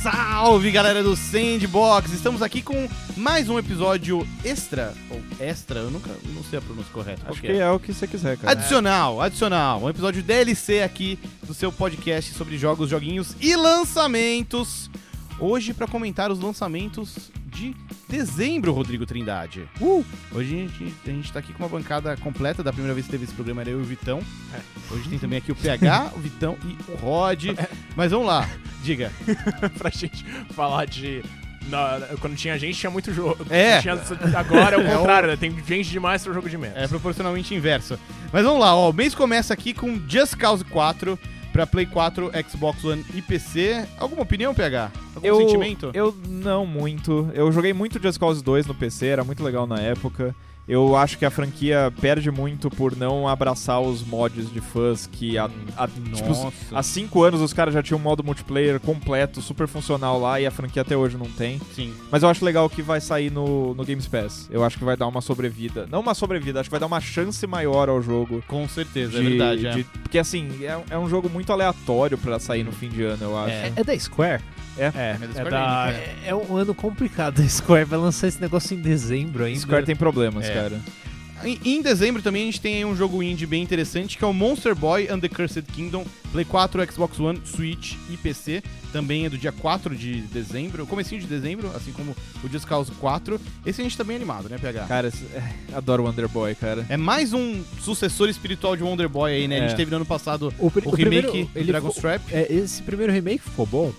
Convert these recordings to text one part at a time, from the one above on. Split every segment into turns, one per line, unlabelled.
Salve, galera do Sandbox! Estamos aqui com mais um episódio extra, ou extra, eu nunca eu não sei a pronúncia correta. qual
Acho que é o que você quiser, cara.
Adicional, adicional. Um episódio DLC aqui do seu podcast sobre jogos, joguinhos e lançamentos. Hoje pra comentar os lançamentos de dezembro, Rodrigo Trindade.
Uh!
Hoje a gente, a gente tá aqui com uma bancada completa. Da primeira vez que teve esse programa era eu e o Vitão.
É.
Hoje tem também aqui o PH, o Vitão e o Rod. Mas vamos lá, diga.
pra gente falar de. na- quando tinha gente, tinha muito jogo.
É.
Tinha- agora é o
É o-
contrário, né? tem gente demais pra jogo de menos.
É proporcionalmente inverso. Mas vamos lá, ó. O mês começa aqui com Just Cause 4 pra Play 4, Xbox One e PC. Alguma opinião, PH? Algum
Eu,
sentimento?
eu não muito. Eu joguei muito Just Cause 2 no PC, era muito legal na época. Eu acho que a franquia perde muito por não abraçar os mods de fãs que há, há, tipo, há cinco anos os caras já tinham um modo multiplayer completo, super funcional lá e a franquia até hoje não tem.
sim.
Mas eu acho legal que vai sair no, no Games Pass. Eu acho que vai dar uma sobrevida. Não uma sobrevida, acho que vai dar uma chance maior ao jogo.
Com certeza, é
de-
verdade.
de- Porque assim, é, é um jogo muito aleatório pra sair no fim de ano, eu acho.
É.
É da Square?
É.
É,
Mas
É
Square
da-
Enix, né?
é, é um ano complicado. A Square vai lançar esse negócio em dezembro ainda.
Square tem problemas,
É.
cara.
Em, em dezembro também a gente tem aí um jogo indie bem interessante que é o Monster Boy and the Cursed Kingdom, Play 4, Xbox One, Switch e PC. Também é do dia 4 de dezembro, comecinho de dezembro, assim como o Just Cause 4. Esse a gente tá bem animado, né, PH?
Cara, esse- é, adoro Wonder Boy, cara.
É mais um sucessor espiritual de Wonder Boy aí, né? A gente
É.
teve no ano passado
O, pri-
o,
o
remake
primeiro,
do
ele
Dragon's
ficou-
Trap.
é, Esse primeiro remake ficou bom.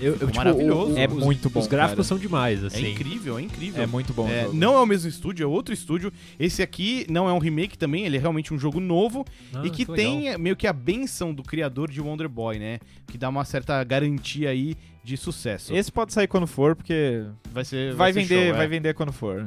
Eu, eu, tipo,
maravilhoso. né?
o- o-
É
os-
muito bom,
Os gráficos
cara.
são demais,
É
assim.
incrível, é incrível.
É muito bom. o
É,
jogo.
não é o mesmo estúdio, é outro estúdio. Esse aqui não é um remake também, ele é realmente um jogo novo
Ah,
e que,
legal.
tem meio que a benção do criador de Wonder Boy, né? Que dá uma certa garantia aí de sucesso.
Esse pode sair quando for, porque
vai ser
vai,
ser
vender,
show, é.
vai vender quando for.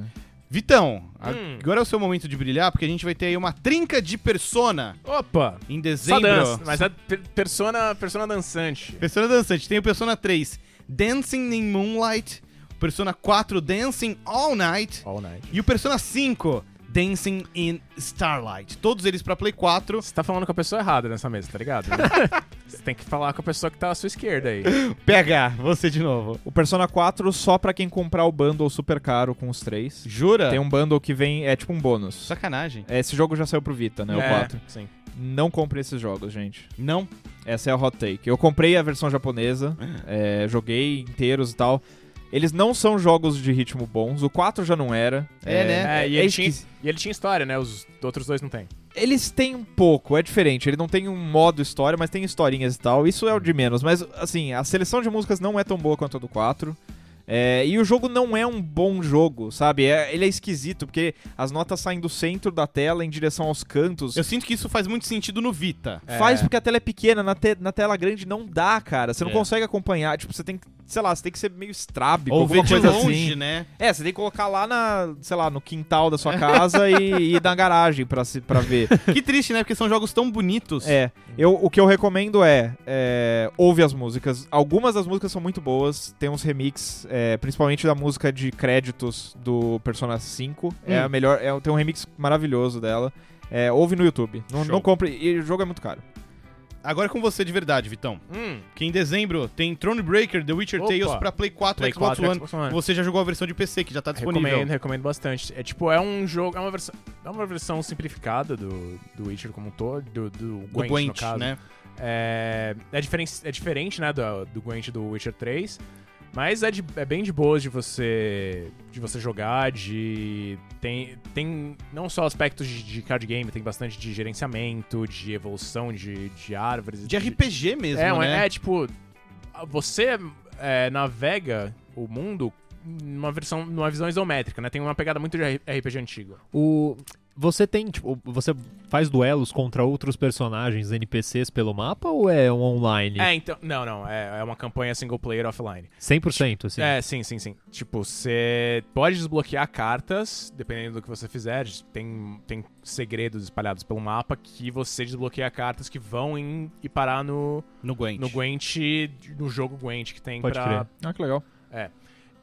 Vitão, a-
Hum.
agora é o seu momento de brilhar, porque a gente vai ter aí uma trinca de persona
Opa!
em
Só
dezembro.
dança, mas é per- persona, persona dançante.
Persona dançante. Tem o Persona 3 Dancing in Moonlight, o Persona 4 Dancing All Night
All night.
e o Persona 5 Dancing in Starlight. Todos eles pra Play 4.
Você tá falando com a pessoa errada nessa mesa, tá ligado? Você tem que falar com a pessoa que tá à sua esquerda aí.
Pega você de novo.
O Persona 4 só pra quem comprar o bundle super caro com os três.
Jura?
Tem um bundle que vem, é tipo um bônus. É,
Sacanagem.
Esse jogo já saiu pro Vita, né? O
É,
4.
Sim.
Não compre esses jogos, gente.
Não.
Essa é a hot take. Eu comprei a versão japonesa, é, joguei inteiros e tal. Eles não são jogos de ritmo bons. O 4 já não era.
É, né?
É, e, ele tinha,
esquisito.
e ele tinha história, né? Os outros dois não tem.
Eles têm um pouco, é diferente. Ele não tem um modo história, mas tem historinhas e tal. Isso é o de menos. Mas, assim, a seleção de músicas não é tão boa quanto a do 4. É, e o jogo não é um bom jogo, sabe? É- ele é esquisito, porque as notas saem do centro da tela em direção aos cantos.
Eu sinto que isso faz muito sentido no Vita.
Faz
É.
porque a tela é pequena, na, te- na tela grande não dá, cara. Você não
É.
consegue acompanhar. Tipo, você tem que, sei lá, você tem que ser meio estrábico,
Ou ver
alguma
de
coisa
longe,
assim.
né?
É, você tem que colocar lá na, sei lá, no quintal da sua casa e, e na garagem pra, se, pra ver.
Que triste, né? Porque são jogos tão bonitos.
É, eu, o que eu recomendo é, é ouve as músicas. Algumas das músicas são muito boas, tem uns remix, é, principalmente da música de créditos do Persona 5. É
Hum.
a melhor, é, tem um remix maravilhoso dela. É, ouve no YouTube. Não,
Show.
não compre, e o jogo é muito caro.
Agora é com você de verdade, Vitão.
Hum.
Que em dezembro tem Thronebreaker, The Witcher
Opa.
Tales pra Play 4,
Play
Xbox
4,
One.
Xbox One.
Você já jogou a versão de PC, que já tá disponível.
Recomendo, recomendo bastante. É tipo, é um jogo, é uma versão, é uma versão simplificada do, do Witcher como um todo, do, do Gwent,
Do Gwent,
no caso.
né?
É, é, diferen, é diferente, né, do, do Gwent do Witcher 3, mas é, de- é bem de boas de você de você jogar, de tem tem não só aspectos de, de card game, tem bastante de gerenciamento, de evolução de, de árvores,
De RPG mesmo,
é, um-
né?
é tipo. Você é, navega o mundo numa versão. numa visão isométrica, né? Tem uma pegada muito de RPG antigo.
O, você tem, tipo, você faz duelos contra outros personagens, NPCs pelo mapa ou é um online?
É, então. Não, não. É, é uma campanha single player offline.
100%, assim.
É, sim, sim, sim. Tipo, você pode desbloquear cartas, dependendo do que você fizer. Tem, tem segredos espalhados pelo mapa que você desbloqueia cartas que vão em, e parar no,
No Gwent.
no Gwent, no jogo Gwent que tem
Pode
pra,
crer.
Ah, que legal.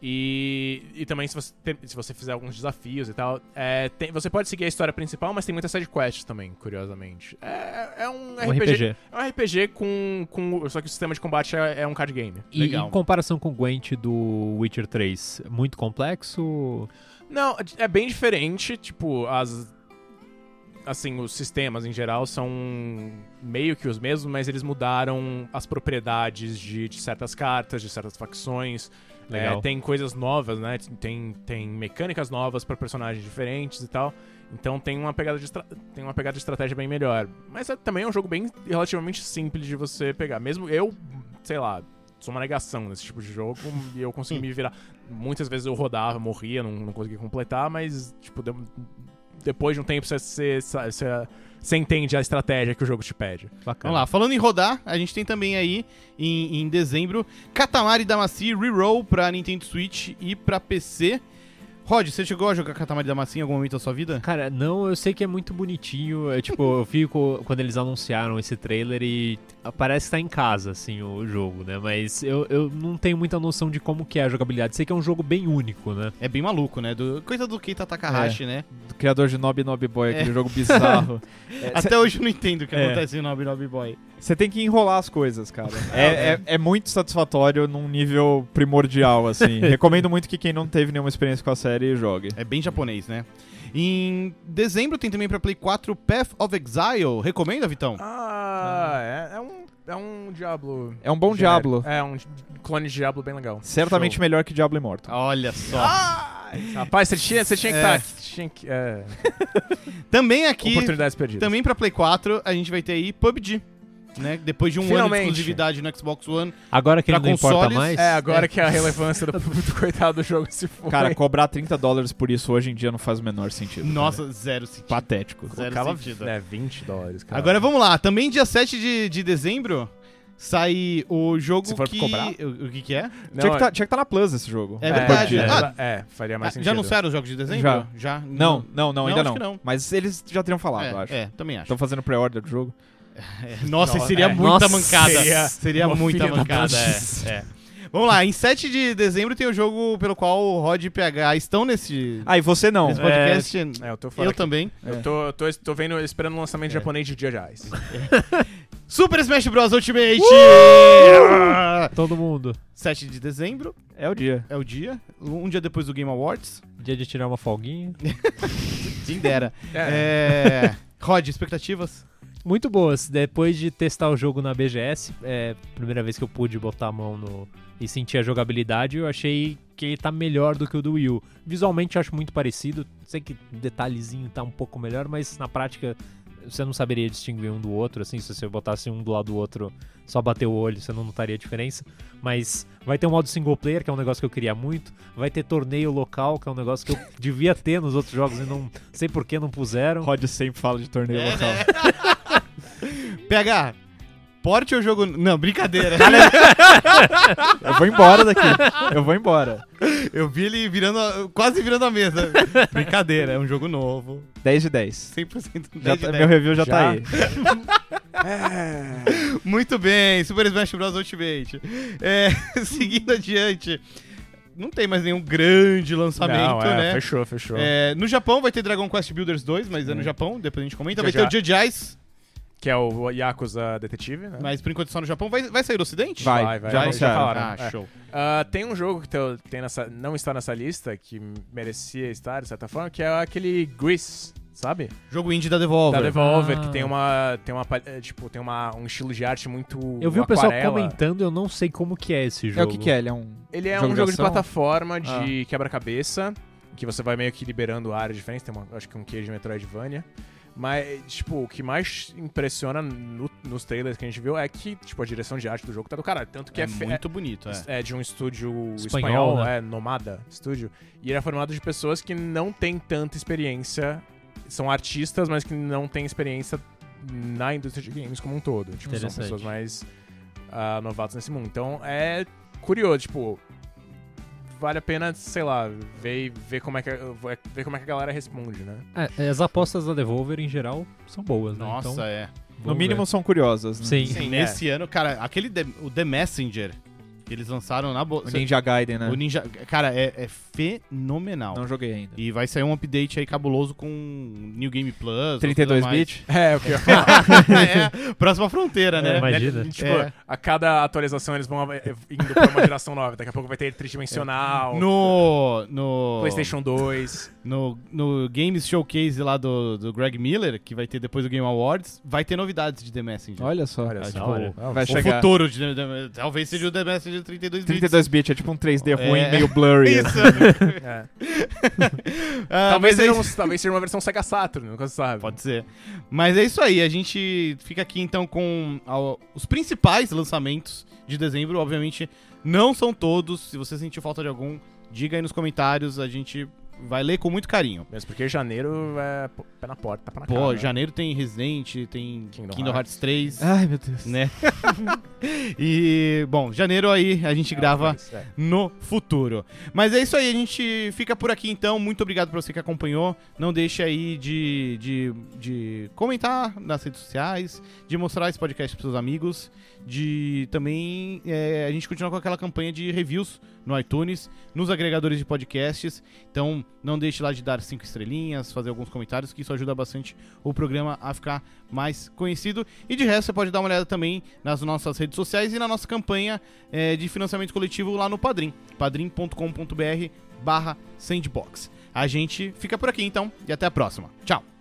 E, e também se você, te- se você fizer alguns desafios e tal, é, tem- você pode seguir a história principal, mas tem muita side quest também, curiosamente. É, é um,
Um
RPG,
RPG.
É um RPG com, com. Só que o sistema de combate é, é um card game.
E
Legal.
em comparação com o Gwent do Witcher 3, muito complexo?
Não, é bem diferente, tipo, as. Assim, os sistemas em geral são meio que os mesmos, mas eles mudaram as propriedades de, de certas cartas, de certas facções.
Legal.
É, tem coisas novas, né? Tem, tem mecânicas novas pra personagens diferentes e tal. Então tem uma pegada de estra- tem uma pegada de estratégia bem melhor. Mas é, também é um jogo bem relativamente simples de você pegar. Mesmo eu, sei lá, sou uma negação nesse tipo de jogo e eu consegui me virar. Muitas vezes eu rodava, morria, não, não conseguia completar, mas, tipo, de- depois de um tempo você, você, você, você entende a estratégia que o jogo te pede.
Bacana.
Vamos lá, falando em rodar, a gente tem também aí em, em dezembro Katamari Damacy Reroll pra Nintendo Switch e pra PC. Rod, você chegou a jogar Katamari Damacy em algum momento da sua vida?
Cara, não, eu sei que é muito bonitinho. É tipo, eu fico quando eles anunciaram esse trailer e parece que tá em casa, assim, o jogo, né? Mas eu, eu não tenho muita noção de como que é a jogabilidade. Sei que é um jogo bem único, né?
É bem maluco, né? Do, coisa do Keita Takahashi, né?
Do criador de Nob Nob Boy, aquele jogo bizarro.
Até hoje eu não entendo o que
É.
acontece no Nob Nob Boy.
Você tem que enrolar as coisas, cara. É, é- é muito satisfatório num nível primordial, assim. Recomendo muito que quem não teve nenhuma experiência com a série jogue.
É bem japonês, né? Em dezembro tem também pra Play 4 Path of Exile. Recomenda, Vitão?
Ah, é, é um. É um Diablo.
É um bom
genérico.
Diablo.
É, um clone de Diablo bem legal.
Certamente
Show.
melhor que Diablo Immortal.
Olha só.
Rapaz, você tinha, você tinha que
É.
estar. Tinha que. É,
Também aqui,
oportunidades perdidas.
também pra Play 4, a gente vai ter aí PUBG. Né? Depois de um ano de
Finalmente.
exclusividade no Xbox One.
Agora que
Pra
ele não importa
consoles,
mais.
É, agora que a relevância do, do coitado do jogo se foi.
Cara, cobrar 30 dólares por isso hoje em dia não faz o menor sentido. cara.
Nossa, zero sentido.
Patético.
zero
Colocava,
sentido.
né, 20 dólares, cara.
Agora vamos lá. Também dia 7 de, de dezembro sai o jogo
Se for
que...
cobrar?
O, o que que é?
Não,
Tinha que tá, estar na Plus esse jogo.
É verdade.
É,
Ah,
é, faria mais
Ah,
sentido.
já anunciaram os jogos de dezembro?
Já. Não, não, não,
Não,
ainda
acho
não.
que não.
Mas eles já teriam falado, eu
é,
acho.
é, também acho.
Estão fazendo pré-order do jogo.
É, Nossa,
Então, Nossa,
seria
é.
muita
Nossa,
mancada. Seria,
seria uma
muita
filha da
mancada,
puta.
é, é. Vamos lá, em 7 de dezembro tem o jogo pelo qual o Rod e o PH estão nesse,
Ah, e você não.
nesse podcast.
É, eu tô fora
Eu
aqui.
também.
Eu tô, tô, tô vendo, esperando o lançamento japonês de Dia de Ais.
Super Smash Bros. Ultimate!
Uh!
é.
Todo mundo.
7 de dezembro
É o dia.
é o dia. Um dia depois do Game Awards.
Dia de tirar uma folguinha.
Quem dera.
É.
É, Rod, expectativas?
Muito boas. Depois de testar o jogo na BGS, é primeira vez que eu pude botar a mão no e sentir a jogabilidade, eu achei que ele tá melhor do que o do Wii U. Visualmente eu acho muito parecido. Sei que o detalhezinho tá um pouco melhor, mas na prática você não saberia distinguir um do outro, assim, se você botasse um do lado do outro, só bater o olho, você não notaria a diferença. Mas vai ter um modo single player, que é um negócio que eu queria muito. Vai ter torneio local, que é um negócio que eu devia ter nos outros jogos e não sei por que não puseram.
Rod sempre fala de torneio local.
PH, porte o jogo. Não, brincadeira.
Eu vou embora daqui. Eu vou embora.
Eu vi ele virando, a- quase virando a mesa. brincadeira, é um jogo novo.
10 de 10.
100%
Já
10
tá-
de 10.
meu review já, tá
Já?
aí.
Muito bem, Super Smash Bros. Ultimate. É, seguindo adiante, não tem mais nenhum grande lançamento,
Não, é,
né?
Fechou, fechou.
É, no Japão vai ter Dragon Quest Builders 2, mas é no Japão, depois a gente comenta.
Já,
vai
já.
ter o Jedi Eyes,
Que é o Yakuza Detetive, né?
É. mas por enquanto só no Japão. Vai, vai sair do Ocidente?
Vai,
Vai, vai,
já
vai,
anunciaram.
já falaram.
Ah,
É.
show.
Ah, tem um jogo que tá- tem nessa, não está nessa lista, que merecia estar, de certa forma, que é aquele Grease, sabe?
Jogo indie da Devolver.
Da Devolver,
Ah.
que tem uma. Tem uma. pa- é, Tipo, tem uma, um estilo de arte muito.
Eu vi o pessoal
aquarela.
comentando, eu não sei como que é esse jogo.
É o que que é? Ele é um...
Ele é
Jogo
um
de
jogo de
ação?
plataforma
Ah.
de quebra-cabeça, que você vai meio que liberando áreas diferentes, tem uma, acho que um queijo de Metroidvania. Mas, tipo, o que mais impressiona no- nos trailers que a gente viu é que, tipo, a direção de arte do jogo tá do caralho. Tanto que
Que é,
é, fe-
muito bonito, é.
é de um estúdio
Espanhol,
espanhol,
né?
é Nomada Studio, e ele é formado de pessoas que não têm tanta experiência, são artistas, mas que não têm experiência na indústria de games como um todo. Tipo, são
Interessante.
pessoas mais ah, novatos nesse mundo. Então é curioso, tipo, vale a pena, sei lá, ver, e ver como é que a- ver como é que a galera responde, né?
É, as apostas da Devolver, em geral, são boas, né?
Nossa,
Então,
é.
No
vamos
mínimo
ver.
são curiosas, né?
Sim.
Sim, nesse ano, cara, aquele The- o The Messenger que eles lançaram na
O
bolsa.
Ninja Gaiden, né?
O Ninja. Cara, é, é fenomenal.
Não joguei ainda.
E vai sair um update aí cabuloso com New Game Plus.
32
bits?
bit?
É, o que
é, próxima fronteira, né?
É, imagina.
Tipo,
É.
a cada atualização eles vão eh, indo pra uma geração nova. Daqui a pouco vai ter tridimensional,
No, no,
PlayStation 2.
no, no Games Showcase lá do, do Greg Miller, que vai ter depois do Game Awards, vai ter novidades de The Messenger.
Olha só.
É,
só,
tipo,
olha.
Vai
o
chegar.
futuro de The- The- Talvez seja o The Messenger 32 bits.
32 bit é tipo um 3D ruim,
É.
meio blurry. né?
Isso.
É.
Ah,
Talvez,
mas é
seja
isso.
um- talvez seja uma versão Sega Saturn, nunca se sabe.
Pode ser. Mas é isso aí. A gente fica aqui então com a- os principais lançamentos de dezembro. Obviamente, não são todos. Se você sentiu falta de algum, diga aí nos comentários. A gente vai ler com muito carinho.
Mesmo porque janeiro é pô- pé na porta, tapa na cara.
Pô,
né?
janeiro tem Resident, tem
Kingdom
Kingdom, Hearts 3,
Ai, meu Deus.
né? e, bom, janeiro aí a gente
É,
grava
mas, é.
no futuro. Mas é isso aí, a gente fica por aqui então. Muito obrigado pra você que acompanhou. Não deixe aí de, de, de comentar nas redes sociais, de mostrar esse podcast pros seus amigos, de também é, a gente continuar com aquela campanha de reviews no iTunes, nos agregadores de podcasts. Então não deixe lá de dar cinco estrelinhas, fazer alguns comentários, que isso ajuda bastante o programa a ficar mais conhecido. E de resto, você pode dar uma olhada também nas nossas redes sociais e na nossa campanha é, de financiamento coletivo lá no Padrim, padrim.com.br barra sandbox. A gente fica por aqui então e até a próxima. Tchau!